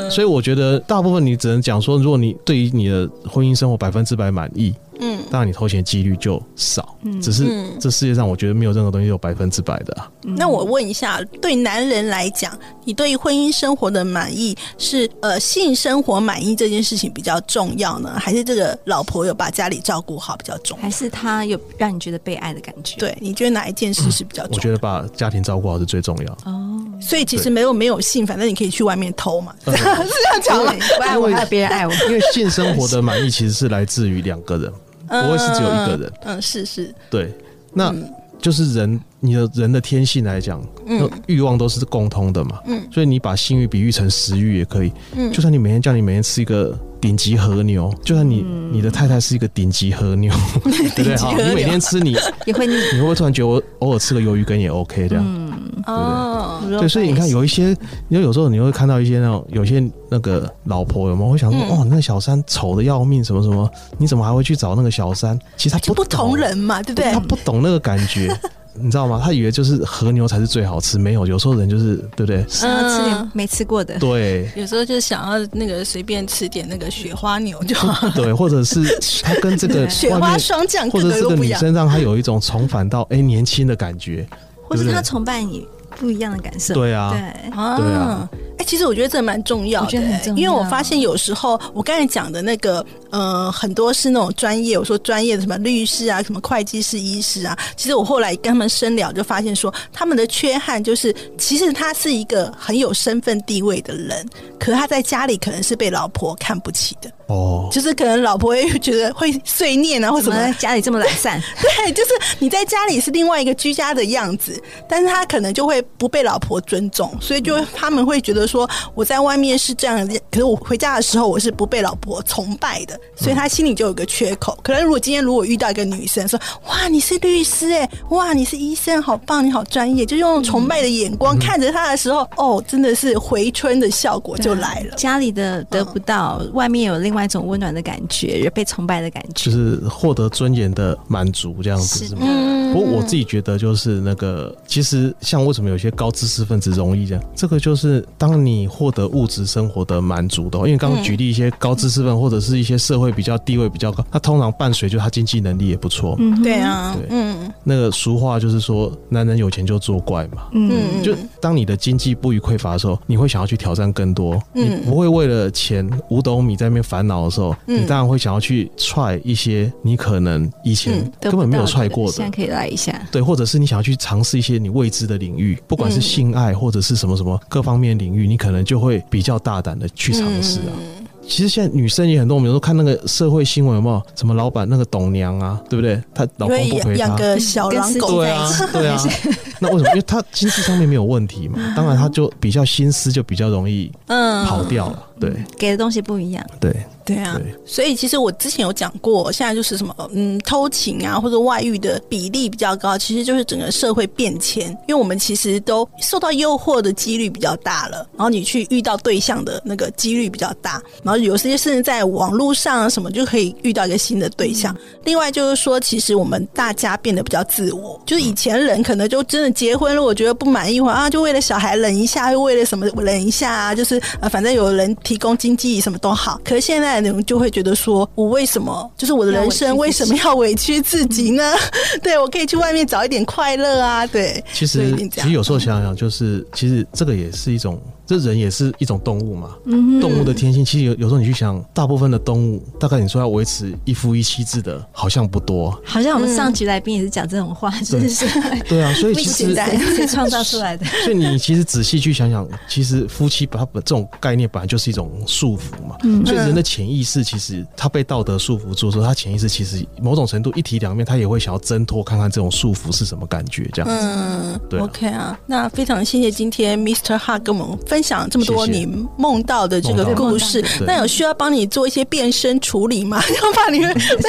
Speaker 3: 所以我觉得大部分你只能讲说，如果你对于你的婚姻生活百分之百满意，
Speaker 1: 嗯
Speaker 3: 当然你偷钱几率就少，
Speaker 2: 嗯
Speaker 3: 只是
Speaker 1: 嗯。
Speaker 3: 这世界上我觉得没有任何东西有百分之百的、啊，
Speaker 1: 那我问一下，对男人来讲，你对于婚姻生活的满意是呃性生活满意这件事情比较重要呢，还是这个老婆有把家里照顾好比较重要？
Speaker 2: 还是他有让你觉得被爱的感觉？，
Speaker 1: 对，你觉得哪一件事是比较
Speaker 3: 嗯我
Speaker 1: 重
Speaker 3: 觉
Speaker 1: 要？
Speaker 3: 得把家庭照顾好是最重要。
Speaker 2: 哦，
Speaker 1: 所以其实没有没有性，反正你可以去外面偷嘛，是
Speaker 3: 嗯
Speaker 1: 这样啊讲吗？
Speaker 2: 不爱我，还有别
Speaker 1: *laughs*
Speaker 2: 人爱我。
Speaker 3: 因为性生活的满意其实是来自于两个人，不会是只有一个人。
Speaker 1: 嗯，是是，
Speaker 3: 对，那就是人，你的人的天性来讲，那欲望都是共通的嘛，
Speaker 1: 嗯
Speaker 3: 所以你把性欲比喻成食欲也可以，
Speaker 1: 嗯
Speaker 3: 就算你每天叫你每天吃一个顶级和牛，就算你、你的太太是一个顶级和
Speaker 1: *laughs*
Speaker 3: 牛，对不对？
Speaker 1: 级和
Speaker 3: 好，
Speaker 1: 牛
Speaker 3: 你每天吃你， *laughs*
Speaker 2: 也会腻。
Speaker 3: 你会不会突然觉得我偶尔吃个鱿鱼羹也 OK 这样？
Speaker 2: 嗯，
Speaker 1: 哦，
Speaker 3: 对，所以你看，有一些，你有时候你会看到一些那种，有些那个老婆有没有会想说，
Speaker 1: 嗯
Speaker 3: 哦，那小三丑的要命，什么什么，你怎么还会去找那个小三？其实他
Speaker 1: 就哦不同
Speaker 3: 懂
Speaker 1: 人嘛，对不对
Speaker 3: 他？不懂那个感觉，你知道吗？他以为就是和牛才是最好吃，没有，有时候人就是对不对？
Speaker 2: 想要吃点
Speaker 1: 嗯
Speaker 2: 没吃过 *laughs* 的，
Speaker 3: 对
Speaker 1: 有时候就想要那个随便吃点那个雪花牛就好，
Speaker 3: 对，或者是他跟这个
Speaker 1: 雪
Speaker 3: 外
Speaker 1: 花
Speaker 3: 面，
Speaker 1: 霜降
Speaker 3: 或
Speaker 1: 各
Speaker 3: 者
Speaker 1: 个
Speaker 3: 这
Speaker 1: 都
Speaker 3: 个
Speaker 1: 不一
Speaker 3: 女
Speaker 1: 样。
Speaker 3: 生让他有一种重返到哎、年轻的感觉，
Speaker 2: 或是
Speaker 3: 对不
Speaker 2: 他
Speaker 3: 对
Speaker 2: 崇拜你不一样的感受。
Speaker 3: 对啊，
Speaker 2: 对，
Speaker 1: 啊
Speaker 3: 对啊
Speaker 1: 哎、其实我觉得这蛮重要的、
Speaker 2: 我觉得很重要
Speaker 1: 因为我发现有时候我刚才讲的那个，呃，很多是那种专业，我说专业的什么律师啊，什么会计师、医师啊，其实我后来跟他们深聊，就发现说他们的缺憾就是，其实他是一个很有身份地位的人，可是他在家里可能是被老婆看不起的，
Speaker 3: 哦，
Speaker 1: 就是可能老婆会觉得会碎念啊，或什
Speaker 2: 怎
Speaker 1: 么
Speaker 2: 么
Speaker 1: 的
Speaker 2: 在家里这么懒
Speaker 1: *laughs*
Speaker 2: 散？
Speaker 1: 对，就是你在家里是另
Speaker 3: 嗯
Speaker 1: 外一个居家的样子，但是他可能就会不被老婆尊重，所以就会他们会觉得得说我在外面是这样，可是我回家的时候我是不被老婆崇拜的，所以
Speaker 3: 嗯
Speaker 1: 他心里就有个缺口。可能如果今天如果遇到一个女生说：“哇，你是律师哎、哇，你是医生，好棒，你好专业。”就用崇
Speaker 3: 嗯
Speaker 1: 拜的眼光看着他的时候，哦，真的是回春的效果就来了。
Speaker 2: 家里的得不到，
Speaker 1: 嗯
Speaker 2: 外面有另外一种温暖的感觉，被崇拜的感觉。
Speaker 3: 就是获得尊严的满足这样子
Speaker 2: 是
Speaker 3: 是
Speaker 2: 的
Speaker 3: 吗？啊
Speaker 1: 嗯
Speaker 3: 不过我自己觉得，就是那个，其实像为什么有些高知识分子容易这样，这个就是当你获得物质生活的满足的话，因为刚刚举例一些高知识分子或者是一些社会比较地位比较高，他通常伴随就他经济能力也不错。
Speaker 2: 嗯哼
Speaker 1: 对，啊
Speaker 3: 对，
Speaker 1: 嗯
Speaker 3: 那个俗话就是说，男人有钱就作怪嘛。
Speaker 2: 嗯
Speaker 1: 嗯，
Speaker 3: 就当你的经济不予匮乏的时候，你会想要去挑战更多。
Speaker 1: 嗯
Speaker 3: 你不会为了钱五斗米在那边烦恼的时候，
Speaker 1: 嗯
Speaker 3: 你当然会想要去踹一些你可能以前
Speaker 1: 嗯
Speaker 2: 得
Speaker 3: 根
Speaker 2: 不
Speaker 3: 本没有
Speaker 2: 到的
Speaker 3: 踹过的
Speaker 2: 现在。可以来一下。
Speaker 3: 对，或者是你想要去尝试一些你未知的领域，不管是
Speaker 1: 嗯
Speaker 3: 性爱或者是什么什么各方面领域，你可能就会比较大胆的去尝试
Speaker 1: 嗯
Speaker 3: 啊。其实现在女生也很多，我们有时候看那个社会新闻，有没有什么老板那个董娘啊，对不对？她老
Speaker 1: 因
Speaker 3: 公
Speaker 1: 为
Speaker 3: 不
Speaker 1: 养
Speaker 3: 陪她
Speaker 1: 养，个小狼狗，
Speaker 3: 对啊，
Speaker 1: *laughs*
Speaker 3: 对啊。 *laughs* 嗯那为什么？因为她经济上面没有问题嘛，当然她就比较心思就比较容易
Speaker 1: 嗯，
Speaker 3: 跑掉了。对
Speaker 2: 给的东西不一样，
Speaker 3: 对
Speaker 1: 对啊
Speaker 3: 对，
Speaker 1: 所以其实我之前有讲过，现在就是什么嗯偷情啊或者外遇的比例比较高，其实就是整个社会变迁，因为我们其实都受到诱惑的几率比较大了，然后你去遇到对象的那个几率比较大，然后有些甚至在网络上啊什么就可以遇到一个新的对象。另外就是说，其实我们大家变得比较自我，就是以前人可能就真的结婚了，我觉得不满意，或啊就为了小孩忍一下，又为了什么忍一下啊，就是呃反正有人提供经济什么都好。可是现在的人就会觉得说，我为什么就是我的人生
Speaker 2: 要
Speaker 1: 为
Speaker 2: 委屈自
Speaker 1: 什
Speaker 2: 己
Speaker 1: 么要委屈自己呢？ *laughs* 对我可以去外面找一点快乐啊，对，
Speaker 3: 其
Speaker 1: 所以
Speaker 3: 实
Speaker 1: 一定这
Speaker 3: 其
Speaker 1: 样
Speaker 3: 实有时候想想，就是其实这个也是一种，这人也是一种动物嘛。
Speaker 2: 嗯
Speaker 3: 动物的天性，其实有有时候你去想，大部分的动物，大概你说要维持一夫一妻制的，好像不多。
Speaker 2: 好像我们上集来宾也是讲这种话，就是说
Speaker 3: 嗯对啊，所以
Speaker 1: 不
Speaker 3: 其
Speaker 1: 简
Speaker 3: 实，
Speaker 1: 单
Speaker 2: 谁创造出来的？
Speaker 3: 所以你其实仔细去想想，其实夫妻把它本这种概念本来就是一种束缚嘛。
Speaker 1: 嗯
Speaker 3: 所以人的潜意识其实他被道德束缚住的时候，他潜意识其实某种程度一体两面，他也会想要挣脱，看看这种束缚是什么感觉这样子。
Speaker 1: 嗯，
Speaker 3: 对啊
Speaker 1: o k 啊，那非常谢谢今天 Mr. h 跟我们分享这么多
Speaker 3: 谢谢
Speaker 1: 你梦到的这个
Speaker 3: 梦到
Speaker 1: 故事。
Speaker 3: 对
Speaker 1: 那有需要帮你做一些变身处理吗？ *laughs* 要把你们
Speaker 3: *laughs*
Speaker 1: 被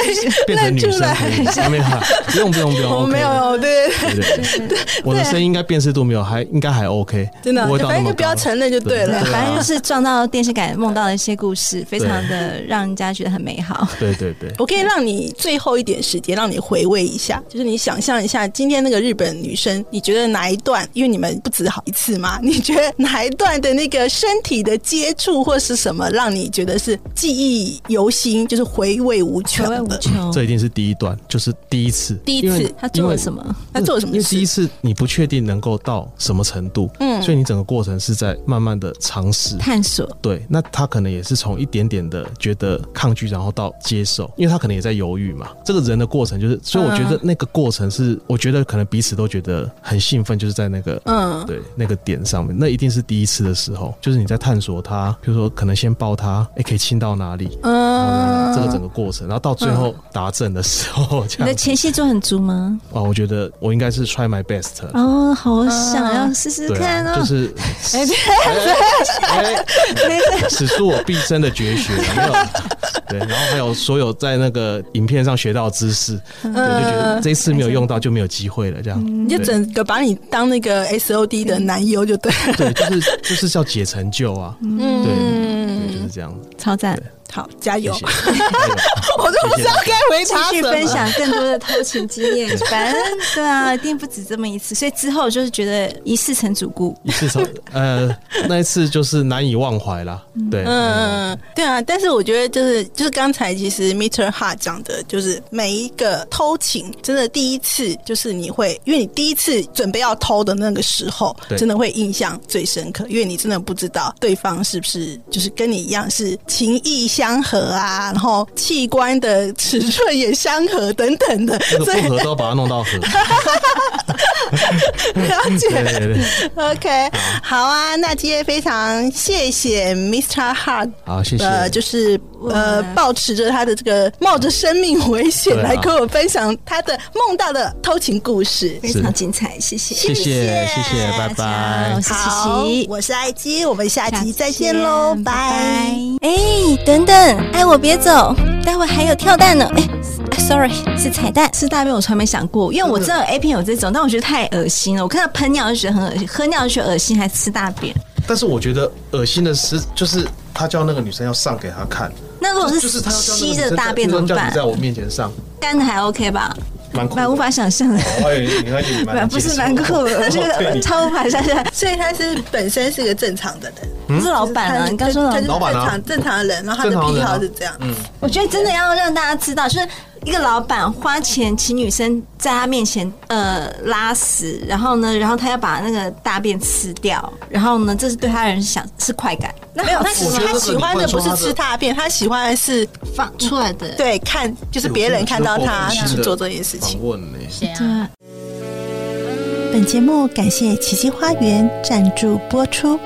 Speaker 3: 变成
Speaker 1: 认
Speaker 3: 女
Speaker 1: 出
Speaker 3: 生可以
Speaker 1: 来？
Speaker 3: 吗，没有啦，不用不用
Speaker 1: *laughs*
Speaker 3: 不用，
Speaker 1: 我
Speaker 3: OK
Speaker 1: 没有，
Speaker 3: 的
Speaker 1: 啊 *laughs* 对，
Speaker 3: 对对对，我的声音应该辨识度没有，还应该还 OK，
Speaker 1: 真的，啊
Speaker 3: 不会到
Speaker 1: 反
Speaker 3: 那
Speaker 1: 正
Speaker 3: 么
Speaker 1: 就不要
Speaker 3: 高啊
Speaker 1: 承认就对了
Speaker 3: *laughs* 对。
Speaker 2: 反正就是撞到电视感梦到的一些故事，非常的让人家觉得很美好。
Speaker 3: 对对对。
Speaker 1: 我可以让你最后一点时间，让你回味一下，就是你想象一下今天那个日本女生，你觉得哪一段？因为你们不止好一次嘛， *laughs* 你觉得哪一段的那个身体的接触或是什么，让你觉得是记忆犹新，就是回味无穷
Speaker 2: 回味无
Speaker 1: 的？
Speaker 2: 穷。
Speaker 3: 这一定是第一段，就是第一次。
Speaker 1: 哦第一
Speaker 3: 因
Speaker 1: 次
Speaker 3: 为，
Speaker 2: 他做了
Speaker 3: 么？
Speaker 2: 什么？
Speaker 1: 他做了什
Speaker 3: 因
Speaker 1: 么
Speaker 3: 为第
Speaker 1: 事
Speaker 3: 一？次你不确定能够到什么程度，
Speaker 1: 嗯
Speaker 3: 所以你整个过程是在慢慢的尝试。
Speaker 2: 探索。
Speaker 3: 对，那他可能也是从一点点的觉得抗拒，然后到接受，因为他可能也在犹豫嘛。这个人的过程就是，所以我觉得那个过程是，我觉得可能彼此都觉得很兴奋，就是在那个
Speaker 1: 嗯，
Speaker 3: 对那个点上面，那一定是第一次的时候，就是你在探索它，比如说可能先抱它，哎、可以亲到哪里，
Speaker 1: 嗯，
Speaker 3: 这个整个过程，然后到最后达阵的时候，这
Speaker 2: 你的
Speaker 3: 样
Speaker 2: 前戏做很足吗？
Speaker 3: 哦，我觉得我应该是 try my best，、
Speaker 2: 哦，好想要试试
Speaker 3: 对
Speaker 2: 看
Speaker 3: 啊，就
Speaker 2: 哦！
Speaker 3: 是
Speaker 2: 哎对
Speaker 3: 哎哎此是我毕生的绝学，没有对，然后还有所有在那个影片上学到的知识，对，就觉得这一次没有用到嗯就没有嗯机会了，这样，
Speaker 1: 你就
Speaker 3: 对
Speaker 1: 整个把你当那个 S O D 的男友就对了。
Speaker 3: 对，就是就是叫解成就啊，对，对，就是
Speaker 1: 嗯，
Speaker 3: 这样子，
Speaker 2: 超赞！
Speaker 1: 好，加
Speaker 3: 谢
Speaker 1: 油
Speaker 3: 谢。！加油
Speaker 1: 我都不知道该回
Speaker 2: 继
Speaker 1: 答
Speaker 2: 续
Speaker 1: 什么。
Speaker 2: 分享更多的偷情经验，反正对啊，一定不止这么一次，所以之后就是觉得一世成主顾。
Speaker 3: 一次从呃那一次就是难以忘怀啦，对，嗯，
Speaker 1: 嗯，对啊，但是我觉得就是就是刚才其实 Mr. h a 讲的，就是每一个偷情，真的第一次就是你会，因为你第一次准备要偷的那个时候，
Speaker 3: 对
Speaker 1: 真的会印象最深刻，因为你真的不知道对方是不是就是跟你一样是情意相合啊，然后器官的尺寸也相合等等的，
Speaker 3: 这个
Speaker 1: 所以
Speaker 3: 不合都要把它弄到合，
Speaker 1: 嗯了
Speaker 3: *laughs* 对
Speaker 1: 解。
Speaker 3: 对对，
Speaker 1: OK，好啊，那今天非常谢谢 Mr. Hard
Speaker 3: 好，谢谢。
Speaker 1: 呃，就是呃，保持着他的这个冒着生命危险
Speaker 3: 对啊
Speaker 1: 来跟我分享他的梦到的偷情故事。
Speaker 2: 非常精彩，谢谢，
Speaker 3: 谢谢，谢谢，拜拜。
Speaker 2: 我是
Speaker 1: 好
Speaker 2: 琪琪，，
Speaker 1: 我是艾姬，我们下
Speaker 2: 下
Speaker 1: 集
Speaker 2: 期
Speaker 1: 再见喽，拜。
Speaker 2: 哎、等等，哎，我别走，待会还有跳蛋呢。哎、s o r r y 是彩蛋，嗯是大便，我从来没想过，因为我知道 A 片有这种，但我觉得太恶心了。我看到喷尿就觉得很恶心，喝尿就觉得恶心，还吃大便。
Speaker 3: 但是我觉得恶心的是，就是他叫那个女生要上给他看，
Speaker 2: 那如果
Speaker 3: 就是是他要叫那个
Speaker 2: 哦吸
Speaker 3: 女生
Speaker 2: 着大便
Speaker 3: 就
Speaker 2: 怎么
Speaker 3: 是叫你
Speaker 2: 办
Speaker 3: 在？我面前上，
Speaker 2: 干的还 OK 吧？
Speaker 3: 蛮酷的
Speaker 2: 蛮无法想象的，
Speaker 3: 我还以为你还以为你蛮能
Speaker 2: 不
Speaker 3: 接
Speaker 2: 是
Speaker 3: 受
Speaker 2: 蛮酷的，这
Speaker 3: *laughs* 对
Speaker 2: 个
Speaker 3: 你
Speaker 2: 超无法想象。
Speaker 1: 所以他是本身是个正常的人，
Speaker 2: 不是老板啊，你刚说老
Speaker 1: 他
Speaker 2: 板
Speaker 1: 就是
Speaker 3: 老板
Speaker 1: 正
Speaker 3: 啊
Speaker 1: 常正常的人，然后他的
Speaker 3: 正常
Speaker 1: 癖
Speaker 3: 人啊
Speaker 1: 好是这样。
Speaker 2: 我觉得真的要让大家知道，就是一个老板花钱请女生在他面前呃拉屎，然后呢，然后他要把那个大便吃掉，然后呢，这是对他人想是快感。
Speaker 1: 那
Speaker 2: 没有
Speaker 1: 他
Speaker 2: 他
Speaker 1: 喜
Speaker 3: 我觉
Speaker 1: 他
Speaker 3: 得这个
Speaker 1: 喜欢的不是
Speaker 3: 你不能说他
Speaker 1: 吃
Speaker 3: 是
Speaker 1: 大便，他喜欢的是
Speaker 2: 放出来的
Speaker 1: 对
Speaker 2: 对
Speaker 1: 看，就是别人看到他去做这件事情
Speaker 3: 访。问呢、
Speaker 4: 谁啊？
Speaker 2: 对。
Speaker 1: 本节目感谢奇迹花园赞助播出。